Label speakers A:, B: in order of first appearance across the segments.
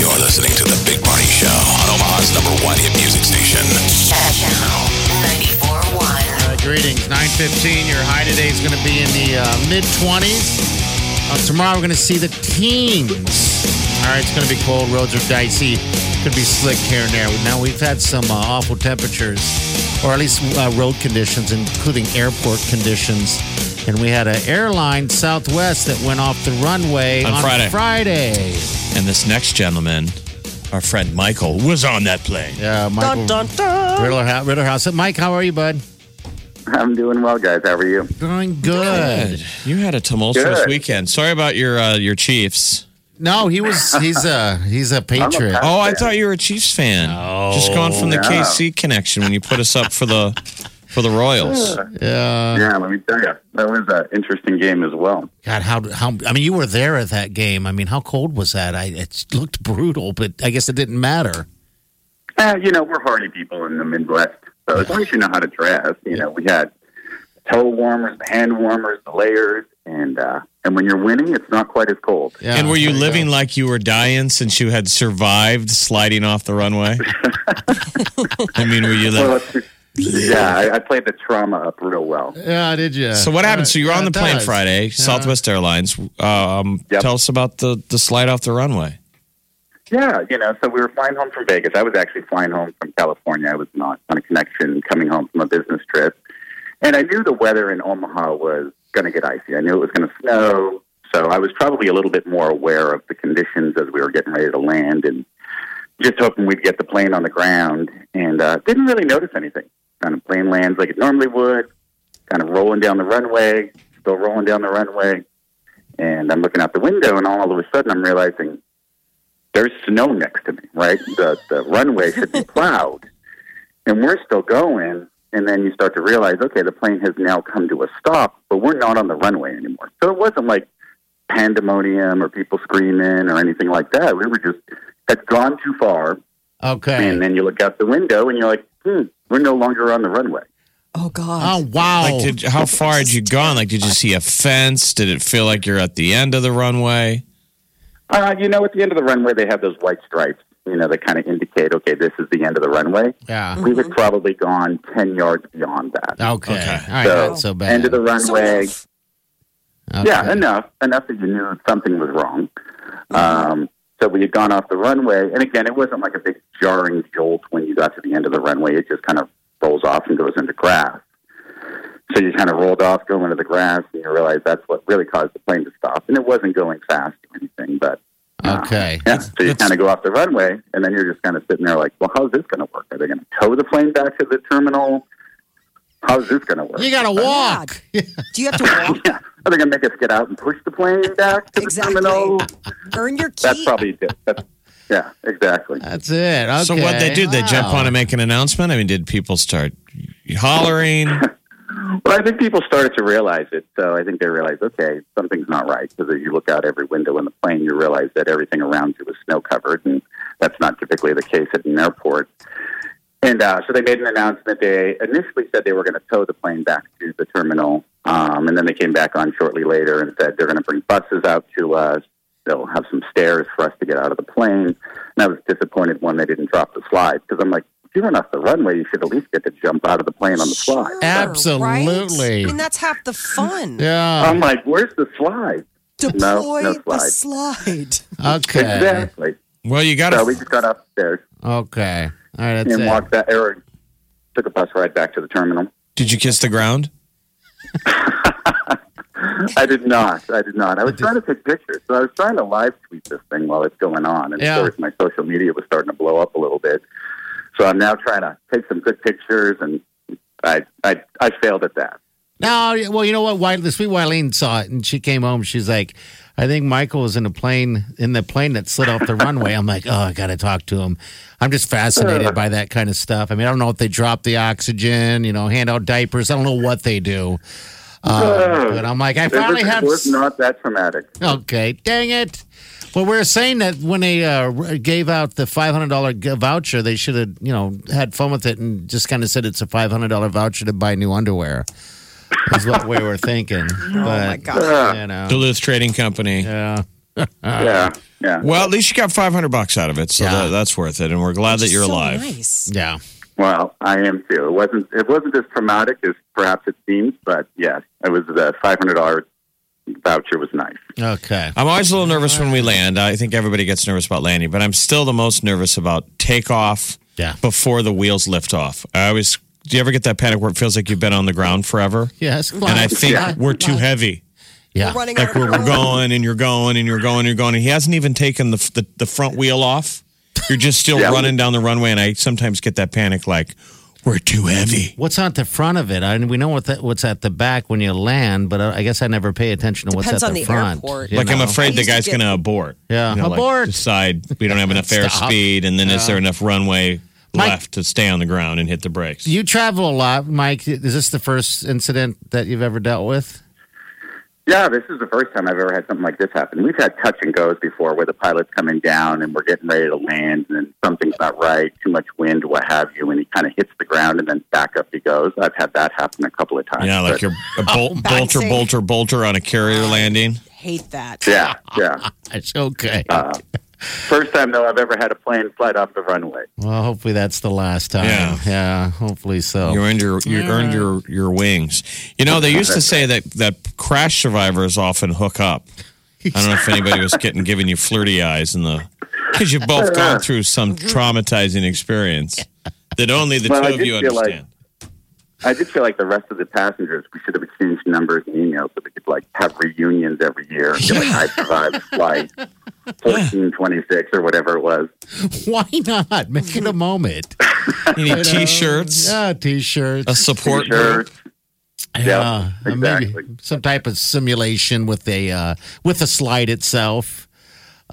A: You're listening to The Big Party Show on Omaha's number one hit music station.
B: Channel 94.1.
C: Uh, greetings, 915. Your high today is going to be in the uh, mid 20s. Uh, tomorrow, we're going to see the teens. All right, it's going to be cold. Roads are dicey. Could be slick here and there. Now, we've had some uh, awful temperatures, or at least uh, road conditions, including airport conditions. And we had an airline, Southwest, that went off the runway
D: On Friday.
C: Friday.
D: And this next gentleman, our friend Michael, was on that plane.
C: Yeah, Michael. Riddler, Ho- Riddler House. Mike, how are you, bud?
E: I'm doing well, guys. How are you?
C: Doing good.
D: You had a tumultuous
E: Good.
D: weekend. Sorry about your uh, your Chiefs.
C: No, he was. He's a he's a patriot.
D: Oh, I thought you were a Chiefs fan. Just gone from the KC connection when you put us up for the for the Royals.
C: Yeah.
E: yeah, let me tell you, that was an interesting game as well.
C: God, how how I mean, you were there at that game. I mean, how cold was that? I it looked brutal, but I guess it didn't matter.
E: Eh, you know, we're hardy people in the Midwest, so as long as you know how to dress, you know, we had toe warmers, hand warmers, layers, and uh, and when you're winning, it's not quite as cold.
C: Yeah,
D: and were you
C: there
D: living
C: go.
D: like you were dying since you had survived sliding off the runway? I mean, were you
E: Well,
D: like,
E: it's, yeah, I, I played the trauma up real well.
C: Yeah, did you?
D: so what happened? So you were on the plane Friday,
C: Southwest.
D: Southwest Airlines. Um,
E: Yep.
D: Tell us about the the slide off the runway.
E: Yeah, you know, so we were flying home from Vegas. I was actually flying home from California. I was not on a connection coming home from a business trip. And I knew the weather in Omaha was going to get icy. I knew it was going to snow. So I was probably a little bit more aware of the conditions as we were getting ready to land and just hoping we'd get the plane on the ground. And uh, didn't really notice anything. Kind of plane lands like it normally would, kind of rolling down the runway, still rolling down the runway. And I'm looking out the window, and all of a sudden I'm realizing there's snow next to me, right? The, the runway should be plowed. And we're still going. And then you start to realize, okay, the plane has now come to a stop, but we're not on the runway anymore. So it wasn't like pandemonium or people screaming or anything like that. We were just had gone too far.
C: Okay.
E: And then you look out the window and you're like, hmm, we're no longer on the runway.
F: Oh God.
C: Oh wow!
D: Like, did, how far had you gone? Like, did you see a fence? Did it feel like you're at the end of the runway?
E: Uh, you know, at the end of the runway, they have those white stripes, you know, that kind of indicate, okay, this is the end of the runway.
C: yeah.
E: We had probably gone 10 yards beyond that.
C: Okay.
D: Okay.
C: All right.
E: So,
C: not so bad.
E: End of the
F: So
E: runway.
F: rough.
C: Okay.
E: Yeah, enough. Enough that you knew something was wrong. Um, so we had gone off the runway. And again, it wasn't like a big jarring jolt when you got to the end of the runway. It just kind of rolls off and goes into grass. So you kind of rolled off, go into the grass, and you realize that's what really caused the plane to stop. And it wasn't going fast or anything, but uh,
C: Okay.
E: yeah. So you kind of go off the runway, and then you're just kind of sitting there like, well, how's this going to work? Are they going to tow the plane back to the terminal? How's this going to work?
C: You gotta walk.
F: Do you have to walk?
E: Yeah. Are they going to make us get out and push the plane back to
F: Exactly.
E: the terminal?
F: Earn your key.
E: That's probably it. That's, yeah, exactly.
C: That's it. Okay.
D: So what they do? They jump
C: Wow.
D: on and make an announcement. I mean, did people start hollering?
E: Well, I think people started to realize it. So I think they realized, okay, something's not right. Because as you look out every window in the plane, you realize that everything around you is snow covered. And that's not typically the case at an airport. And uh, so they made an announcement. They initially said they were going to tow the plane back to the terminal. Um, and then they came back on shortly later and said they're going to bring buses out to us. They'll have some stairs for us to get out of the plane. And I was disappointed when they didn't drop the slide because I'm like, if you went off the runway, you should at least get to jump out of the plane on the slide.
F: Sure,
C: Absolutely.
F: Right? I mean, that's half the fun.
C: Yeah.
E: I'm like, where's the slide?
F: Deploy
E: no
F: the slide.
E: Uh,
C: Okay.
E: Exactly.
D: Well, you got
E: So we
D: to.
E: just got upstairs
C: Okay. All right. That's
E: and
C: it.
E: walked that or took a bus ride back to the terminal.
D: Did you kiss the ground?
E: I did not. I did not. I was trying to take pictures, so I was trying to live tweet this thing while it's going on. And
C: Yeah.
E: of course, my social media was starting to blow up a little bit, so I'm now trying to take some good pictures, and I I, I failed at that.
C: No, well, you know what? Why, the sweet Wileen saw it, and she came home. She's like, "I think Michael was in a plane in the plane that slid off the runway." I'm like, "Oh, I got to talk to him." I'm just fascinated by that kind of stuff. I mean, I don't know if they drop the oxygen, you know, hand out diapers. I don't know what they do. Uh, but I'm like, I
E: It was,
C: finally have.
E: it was not that traumatic.
C: Okay, dang it. Well, we were saying that when they uh, r- gave out the $500 g- voucher, they should have, you know, had fun with it and just kind of said it's a $500 voucher to buy new underwear. Is what we were thinking. oh my
F: God.
C: You know,
D: Duluth Trading Company.
C: yeah.
E: Ah, yeah, yeah.
D: Well, at least you got 500 bucks out of it, so
C: Yeah.
D: that, that's worth it. And we're glad that you're
F: so
D: alive.
F: Nice.
C: Yeah.
E: Well, I am too. It wasn't it wasn't as traumatic as perhaps it seems, but yes, it was the five hundred dollar voucher was nice.
C: Okay.
D: I'm always a little nervous when we land. I think everybody gets nervous about landing, but I'm still the most nervous about takeoff
C: Yeah.
D: before the wheels lift off. I always do you ever get that panic where it feels like you've been on the ground forever?
C: Yes.
D: And I think we're too heavy.
C: yeah.
F: We're running
D: Like
F: out
D: we're,
F: of
D: we're
F: room.
D: going and you're going and you're going and you're going. And he hasn't even taken the, the, the front wheel off. You're just still
E: Yeah.
D: running down the runway. And I sometimes get that panic like, we're too heavy.
C: What's at the front of it? I mean, we know what that what's at the back when you land, but uh, I I guess I never pay attention to
F: Depends
C: what's at
F: on
C: the,
F: the
C: front.
F: airport.
C: you
D: Like I'm
C: know.
D: afraid the
F: used to
D: guy's
F: get-
D: going to abort.
C: Yeah.
D: You know, like,
C: Abort.
D: decide we don't have enough
C: Stop.
D: airspeed, and then is there enough runway
C: Mike-
D: left to stay on the ground and hit the brakes?
C: You travel a lot, Mike. Is this the first incident that you've ever dealt with?
E: Yeah, this is the first time I've ever had something like this happen. We've had touch and goes before where the pilot's coming down and we're getting ready to land and then something's not right, too much wind, what have you, and he kind of hits the ground and then back up he goes. I've had that happen a couple of times.
D: Yeah, like
E: but-
D: you're a bol- bolter,
F: bouncing.
D: bolter, bolter on a carrier landing.
F: Hate that.
E: Yeah, yeah.
C: It's okay.
E: Uh, First time though I've ever had a plane flight off the runway.
C: well, hopefully that's the last time.
D: Yeah.
C: Yeah, hopefully so.
D: You earned your you earned your your wings. You know, they used to say that that crash survivors often hook up. I don't know if anybody was getting giving you flirty eyes in the because you've both gone through some traumatizing experience that only the
E: Well, I
D: two of
E: did
D: you
E: feel like-
D: understand.
E: I did feel like the rest of the passengers, we should have exchanged numbers and emails so we could like have reunions every year. And be like, I survived flight 1426 or whatever it was.
C: Why not? Make it a moment.
D: you need t-shirts,
C: Yeah, t-shirts.
D: a support
E: T-shirts.
D: group.
E: yeah,
C: and maybe
E: exactly.
C: some type of simulation with a uh, with a slide itself.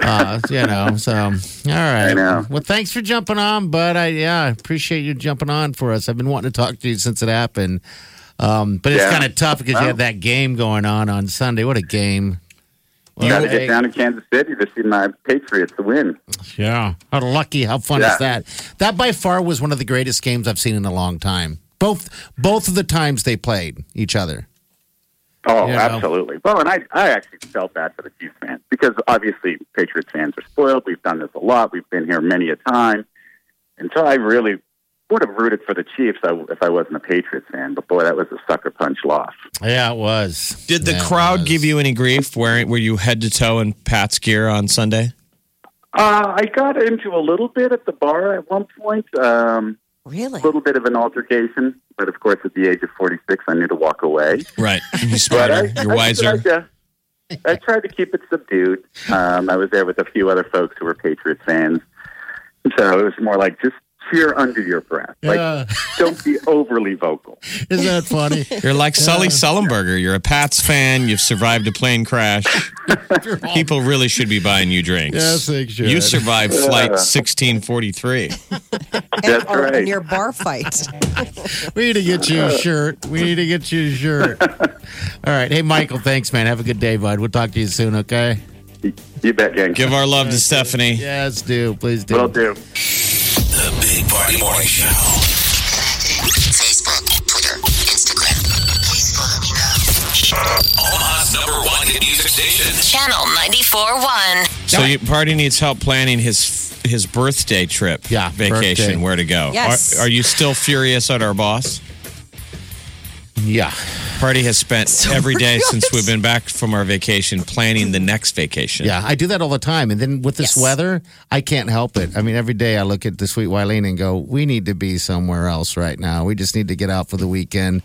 C: Uh, you know, so all right.
E: I know.
C: Well, thanks for jumping on, bud. I yeah, I appreciate you jumping on for us. I've been wanting to talk to you since it happened. Um, but it's
E: Yeah.
C: kind of tough because you had that game going on on Sunday. What a game! What
E: Got to
C: a
E: get down to Kansas City to see my Patriots win.
C: Yeah. How lucky, how fun
E: Yeah.
C: is that? That by far was one of the greatest games I've seen in a long time. Both both of the times they played each other.
E: Oh,
C: Yeah.
E: absolutely. Well, and I, I actually felt bad for the Chiefs fans because obviously Patriots fans are spoiled. We've done this a lot. We've been here many a time. And so I really would have rooted for the Chiefs I- if I wasn't a Patriots fan. But boy, that was a sucker punch loss.
C: Yeah, it was.
D: Did the
C: Yeah, it
D: crowd
C: was.
D: give you any grief? Wearing were you head to toe in Pat's gear on Sunday?
E: Uh, I got into a little bit at the bar at one point, um,
F: Really?
E: a little bit of an altercation, but of course, at the age of 46, I knew to walk away.
D: Right. You're
E: But I,
D: smarter. You're
E: I
D: wiser.
E: Tried to, I tried to keep it subdued. Um, I was there with a few other folks who were Patriots fans, so it was more like just cheer under your breath. Like,
C: Yeah.
E: don't be overly vocal.
C: Isn't that funny?
D: You're like Sully Sullenberger. You're a Pats fan. You've survived a plane crash. People really should be buying you drinks.
C: Yes, they should.
D: You survived flight
E: Yeah.
D: 1643.
E: That's
F: or a
E: right.
F: near bar fight.
C: we need to get you a shirt. We need to get you a shirt. All right. Hey, Michael, thanks, man. Have a good day, bud. We'll talk to you soon, okay?
E: You bet, gang.
D: Give our love to Stephanie.
C: Yes, do. Please do.
E: Will do.
A: The Big Party Morning Show.
B: Facebook, Twitter, Instagram. Please follow me now.
A: Omaha's number one hit music station.
B: Channel 94.1.
D: So you, party needs help planning his his birthday trip.
C: Yeah,
D: vacation.
C: birthday.
D: Where to go?
F: Yes.
D: Are, are you still furious at our boss?
C: Yeah.
D: Party has spent every day
F: furious.
D: since we've been back from our vacation planning the next vacation.
C: Yeah, I do that all the time. And then with this
F: Yes.
C: weather, I can't help it. I mean, every day I look at the sweet Wileen and go, we need to be somewhere else right now. We just need to get out for the weekend.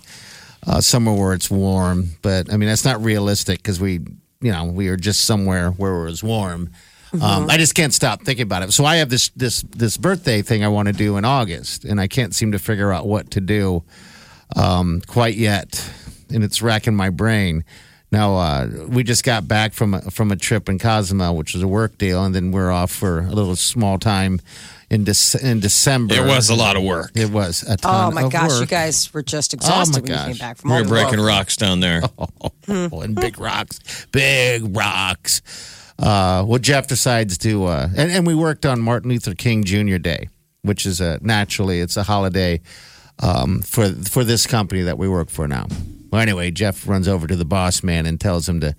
C: uh, somewhere where it's warm. But I mean, that's not realistic because we, you know, we are just somewhere where it was warm. Um, I just can't stop thinking about it. So I have this this this birthday thing I want to do in August, and I can't seem to figure out what to do um, quite yet, and it's racking my brain. Now uh, we just got back from a, from a trip in Cozumel, which was a work deal, and then we're off for a little small time in Dec in December.
D: It was a lot of work.
C: It was a
F: Oh
C: ton.
F: my
C: of
F: gosh, you
C: work. Oh
F: guys were just exhausted when
C: gosh.
F: you came back from
D: We
F: all
D: were
F: the
D: breaking
F: work.
D: rocks down there.
C: Oh, and big rocks, big rocks. Uh, well, Jeff decides to, uh, and, and we worked on Martin Luther King Jr. Day, which is a naturally it's a holiday um, for for this company that we work for now. Well, anyway, Jeff runs over to the boss man and tells him to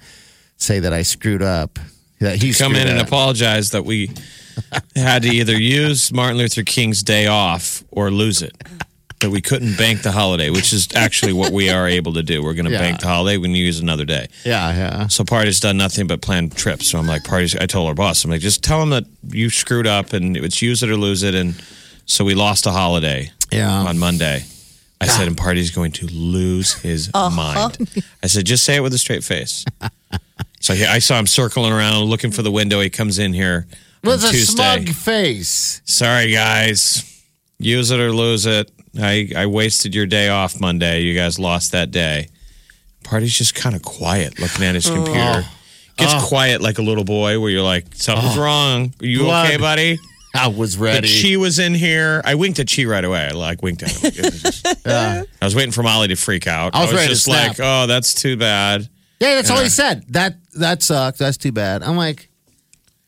C: say that I screwed up. That he
D: Come in
C: screwed
D: and
C: up.
D: apologize that we had to either use Martin Luther King's day off or lose it. That we couldn't bank the holiday, which is actually what we are able to do. We're going to
C: Yeah.
D: bank the holiday. We need to use another day.
C: Yeah, yeah.
D: So party's done nothing but plan trips. So I'm like, party's. I told our boss, I'm like, just tell him that you screwed up and it's use it or lose it. And so we lost a holiday.
C: Yeah. Ah.
D: On Monday, I said, and party's going to lose his
C: Uh-huh.
D: mind. I said, just say it with a straight face. so he, I saw him circling around, looking for the window. He comes in here
C: With
D: on
C: a
D: Tuesday.
C: smug face.
D: Sorry, guys. Use it or lose it. I, I wasted your day off Monday. You guys lost that day. Party's just kind of quiet looking at
C: Oh.
D: his computer. Gets quiet like a little boy where you're like, something's wrong. Are you
C: Oh. Blood.
D: okay, buddy?
C: I was
D: But
C: ready.
D: she was in here. I winked at she right away. I like winked at him. It was just- I was waiting for Molly to freak out.
C: I was ready to
D: just
C: snap.
D: like, oh, that's too bad.
C: yeah, that's all he said. That that sucked. That's too bad. I'm like,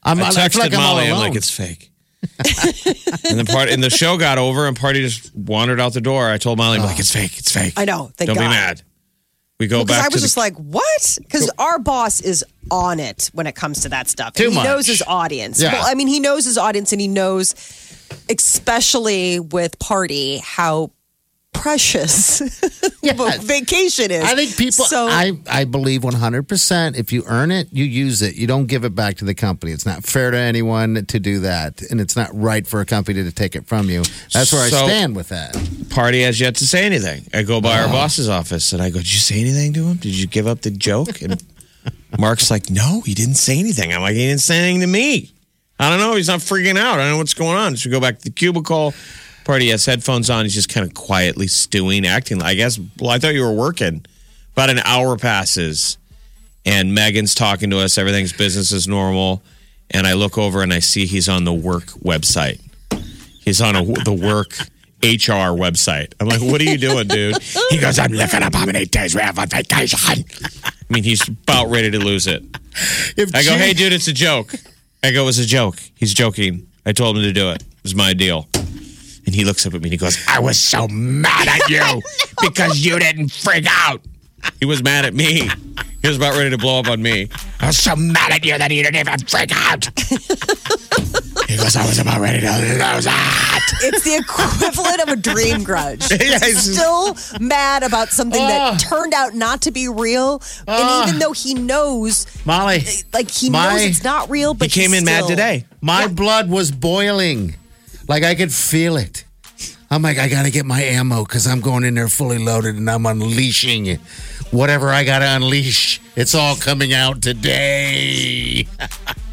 C: I'm
D: I
C: I
D: texted
C: feel like I'm all
D: Molly. I'm
C: alone.
D: like, it's fake. and the part and the show got over, and party just wandered out the door. I told
C: Oh.
D: Molly, I'm like, it's fake, it's fake.
F: I know. Thank
D: Don't be
F: God.
D: mad. We go
F: Because
D: back
F: I was
D: to
F: just
D: the,
F: like, what? Because our boss is on it when it comes to that stuff. And
C: Too
F: he
C: much.
F: knows his audience.
C: Yeah.
F: Well, I mean, he knows his audience and he knows, especially with party, how precious
C: Yes.
F: vacation is.
C: I think people.
F: So,
C: I I believe one hundred percent. If you earn it, you use it. You don't give it back to the company. It's not fair to anyone to do that, and it's not right for a company to take it from you. That's where
D: So-
C: I stand with that.
D: party has yet to say anything. I go by our boss's office and I go, Did you say anything to him? Did you give up the joke? And Mark's like, No, he didn't say anything. I'm like, He didn't say anything to me. I don't know. He's not freaking out. I don't know what's going on. So we go back to the cubicle. Party has headphones on. He's just kind of quietly stewing, acting. I guess, well, I thought you were working. About an hour passes and Megan's talking to us. Everything's business as normal. And I look over and I see he's on the work website. He's on a, the work HR website. I'm like, what are you doing, dude? He goes, I'm looking up how many days we have on vacation. I mean, he's about ready to lose it.
C: If
D: I go,
C: Jim-
D: hey, dude, it's a joke. I go, it's a joke. He's joking. I told him to do it. It was my deal. And he looks up at me and he goes, I was so mad at you because you didn't freak out. He was mad at me. He was about ready to blow up on me. I was so mad at you that you didn't even freak out. he goes, I was about ready to lose it.
F: it's the equivalent of a dream grudge.
D: Yeah, it's just-
F: Still mad about something that turned out not to be real. and even though he knows,
C: Molly,
F: like, he
C: My-
F: knows it's not real,
D: He
F: but
D: came in mad
F: still-
D: today.
C: my blood was boiling, like I could feel it. I'm like, I gotta get my ammo because I'm going in there fully loaded and I'm unleashing whatever I gotta unleash. It's all coming out today.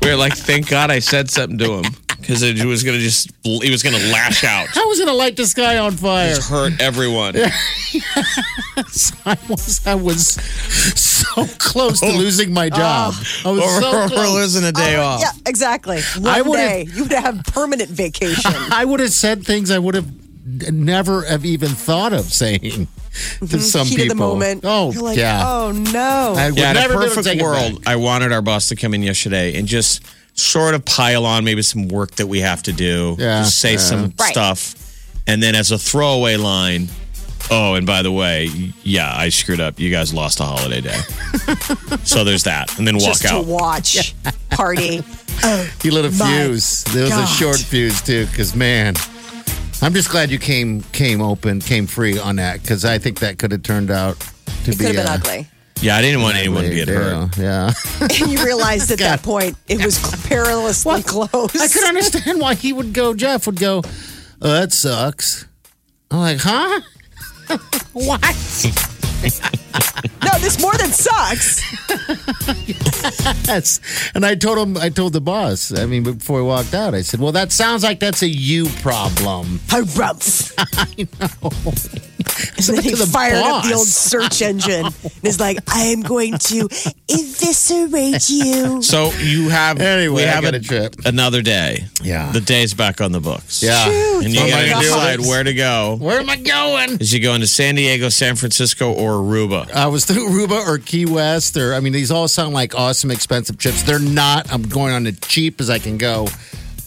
D: We were like, thank God I said something to him because it was going to just, he was going to lash out.
C: I was gonna light this guy on fire.
D: Just hurt everyone.
C: I was I was so close to losing my job. I
F: Oh.
C: was
D: or,
C: so
D: or
C: close. Oh,
D: losing a day off.
F: Yeah, exactly. One
C: I would've-
F: day you would have permanent vacation.
C: I would have said things I would have never have even thought of saying to some
F: Mm-hmm. Heat
C: people.
F: of the moment.
C: Oh
F: You're like,
C: yeah.
F: Oh no.
C: I would
D: Yeah, in a
C: never be able to
D: perfect
C: take it
D: world, I wanted our boss to come in yesterday and just sort of pile on maybe some work that we have to do,
C: Yeah,
D: just say some
F: Right.
D: stuff, and then as a throwaway line, oh, and by the way, yeah, I screwed up. You guys lost a holiday day, so there's that, and then walk
F: just
D: out.
F: to watch party.
C: back. He lit a
F: My
C: fuse. There was a
F: God.
C: short fuse too, because man. I'm just glad you came came open, came free on that because I think that could have turned out to
F: It
C: be
F: could have been
C: uh,
F: ugly.
D: yeah, I didn't want anyone to get
C: yeah,
D: hurt.
C: Yeah.
F: And you realized at that point it was perilously close.
C: I could understand why he would go. Jeff would go. "Oh, "Uh, that sucks. I'm like, huh? what?
F: No, this more than sucks.
C: Yes. And I told him, I told the boss, I mean, before we walked out, I said, well, that sounds like that's a you problem.
F: Harumph.
C: I said,
F: And
C: "But
F: he
C: to the
F: fired up the old
C: boss.
F: search engine. and is like, I am going to eviscerate you.
D: So you have
C: Anyway,
D: we
C: I
D: have
C: got a trip.
D: another day.
C: Yeah.
D: the day's back on the books.
C: Yeah. Oh
D: and you
F: Oh
C: What am I
D: gotta
C: gonna do?
D: decide where to go.
C: Where am I going?
D: Is you going to San Diego, San Francisco, or Aruba?
C: I was through Aruba or Key West, or I mean, these all sound like awesome, expensive trips. They're not. I'm going on as cheap as I can go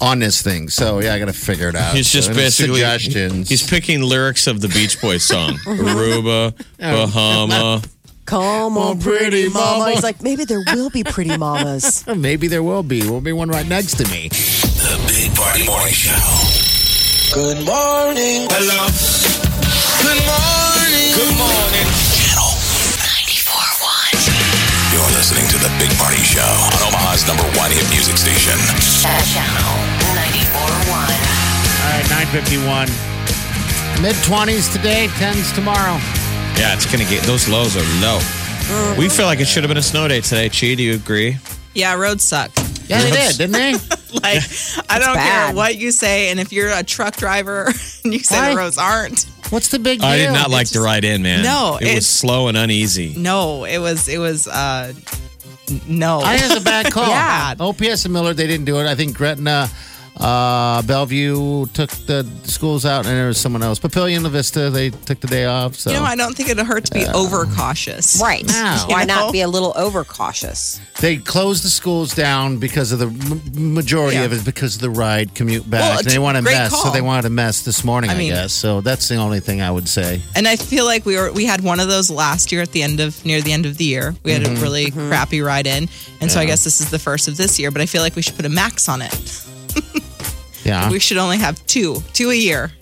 C: on this thing. So yeah, I got to figure it out.
D: He's just
C: So, any
D: basically
C: suggestions.
D: He's picking lyrics of the Beach Boys song, Aruba, Bahama.
F: Come on,
C: Oh, pretty
F: pretty mama.
C: mama.
F: He's like, maybe there will be pretty mamas.
C: Maybe there will be. Will be one right next to me.
A: The Big Party Morning Show.
B: Good morning.
A: Hello. Good morning. Good morning.
B: Channel 94.1.
A: You're listening to The Big Party Show on Omaha's number one hit music station.
B: Channel 94.1.
C: All right, nine fifty one. Mid twenties today, tens tomorrow.
D: Yeah, it's gonna get those lows are low. We feel like it should have been a snow day today. Chi, do you agree?
G: Yeah, roads suck.
C: Yeah, they did, didn't they?
G: Like, I don't
F: bad.
G: care what you say. And if you're a truck driver and you say
C: Why?
G: the roads aren't,
C: What's the big deal?
D: I did not like the ride in, man.
G: No,
D: it was
G: it's-
D: slow and uneasy.
G: no, it was, it was, uh, n- no.
C: I think it's a bad call.
G: Yeah.
C: OPS and Miller, they didn't do it. I think Gretna, uh, Bellevue took the schools out, and there was someone else. Papillion, La Vista, they took the day off. So
G: you know, I don't think it hurt to be overcautious.
F: Right.
C: No.
F: Why
G: You know?
F: not be a little overcautious?
C: they closed the schools down because of the m- majority
G: Yeah.
C: of it because of the ride commute back.
G: Well,
C: and they want to
G: great
C: mess, so
G: call.
C: they wanted to mess this morning, I,
G: I mean-
C: guess. So that's the only thing I would say.
G: And I feel like we were we had one of those last year at the end of near the end of the year. We had
F: Mm-hmm.
G: a really crappy ride in, and so I guess this is the first of this year. But I feel like we should put a max on it.
C: Yeah.
G: We should only have two, two a year.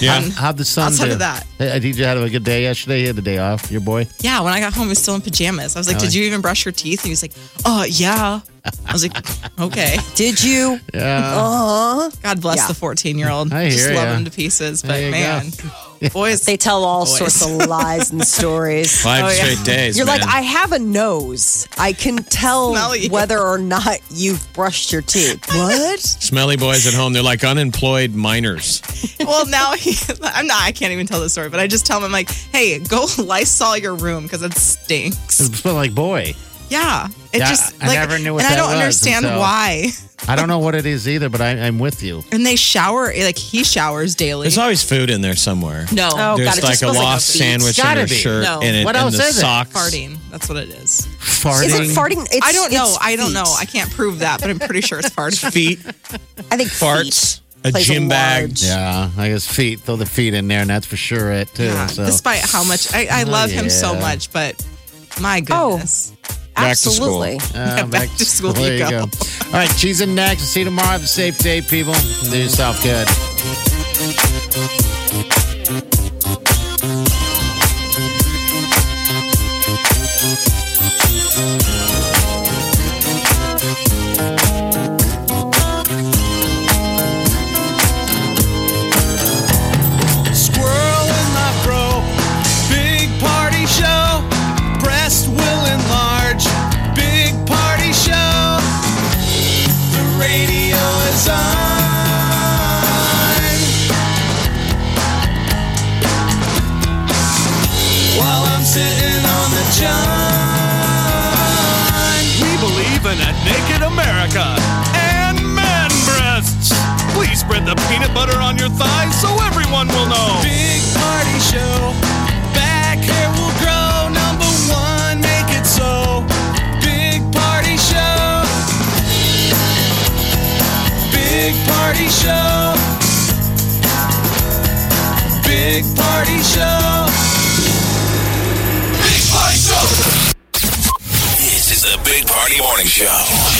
D: Yeah,
C: How'd the son
G: Outside
C: do?
G: of that.
C: Hey, uh, did you have a good day yesterday? You had the day off, your boy?
G: Yeah, when I got home, he was still in pajamas. I was like, "Did you even brush your teeth?" And he was like, "Oh yeah." I was like, "Okay."
F: Did you?
C: Yeah.
F: Uh huh.
G: God bless
F: Yeah.
G: the fourteen-year-old.
C: I
G: Just
C: hear
G: love
C: ya.
G: him to pieces, but
C: There you
G: man, boys,
F: They tell all
G: Boys.
F: sorts of lies and stories.
D: 5
G: Oh, yeah.
D: straight days.
F: You're like,
D: man.
F: I have a nose. I can tell
G: Smell you."
F: whether or not you've brushed your teeth. What?
D: Smelly boys at home, they're like unemployed minors.
G: well now he, I'm not. I can't even tell the story, but I just tell him I'm like, "Hey, go Lysol your room because it stinks."
C: It smelled like boy.
G: Yeah. It
C: Yeah,
G: just
C: I
G: like,
C: never knew what
G: and
C: that
G: I don't
C: was
G: understand
C: until-
G: why.
C: I don't know what it is either, but I, I'm with you.
G: And they shower like he showers daily.
D: There's always food in there somewhere.
G: no.
F: Oh,
D: There's
F: God, it
D: like
F: just
D: a
F: smells like
D: lost
F: feet.
D: sandwich in
C: Gotta
D: her
C: be.
D: shirt
G: No.
D: and, it,
C: What
D: and
C: else
D: the
C: is it?
D: socks.
G: Farting. That's what it is.
C: Farting.
F: Is it farting? It's,
G: I don't know.
F: it's
G: I don't know.
F: feet.
G: I can't prove that, but I'm pretty sure it's farting.
D: Feet,
F: I think
D: farts,
F: feet
D: a
F: plays
D: gym bag.
F: large-
C: Yeah, I guess feet. Throw the feet in there, and that's for sure it too.
G: Yeah,
C: so.
G: Despite how much I, I love him so
C: yeah.
G: much, but my goodness.
D: Back to school.
F: Absolutely.
C: Uh,
G: back to school
C: There
G: you
C: you go.
G: go.
C: All right, cheese in next. See you tomorrow. Have a safe day, people. Do yourself good.
H: Squirrel in my bro. Big party show. Breast will enlarge. Big party show. The radio is on. While I'm sitting on the john. We believe in a naked America and man breasts. Please spread the peanut butter on your thighs so everyone will know. Big party show. Back hair will grow. Number one, make it so. Big party show. Big party show. Big party show.
A: Big Party Show. This is The Big Party Morning Show.